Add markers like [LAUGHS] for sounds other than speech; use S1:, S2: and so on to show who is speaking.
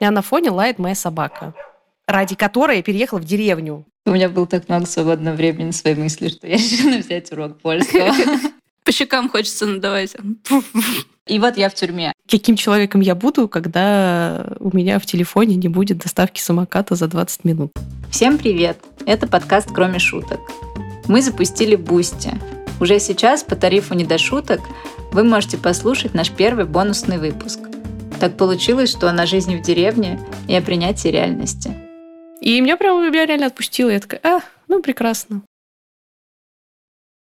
S1: меня на фоне лает моя собака, ради которой я переехала в деревню.
S2: У меня было так много свободного времени на свои мысли, что я [LAUGHS] решила взять урок польского.
S3: По щекам хочется надавать.
S2: И вот я в тюрьме.
S1: Каким человеком я буду, когда у меня в телефоне не будет доставки самоката за 20 минут?
S2: Всем привет! Это подкаст «Кроме шуток». Мы запустили Бусти. Уже сейчас по тарифу «Не до шуток» вы можете послушать наш первый бонусный выпуск. Так получилось, что она жизни в деревне и о принятии реальности.
S1: И меня прям меня реально отпустило. Я такая, а, ну прекрасно.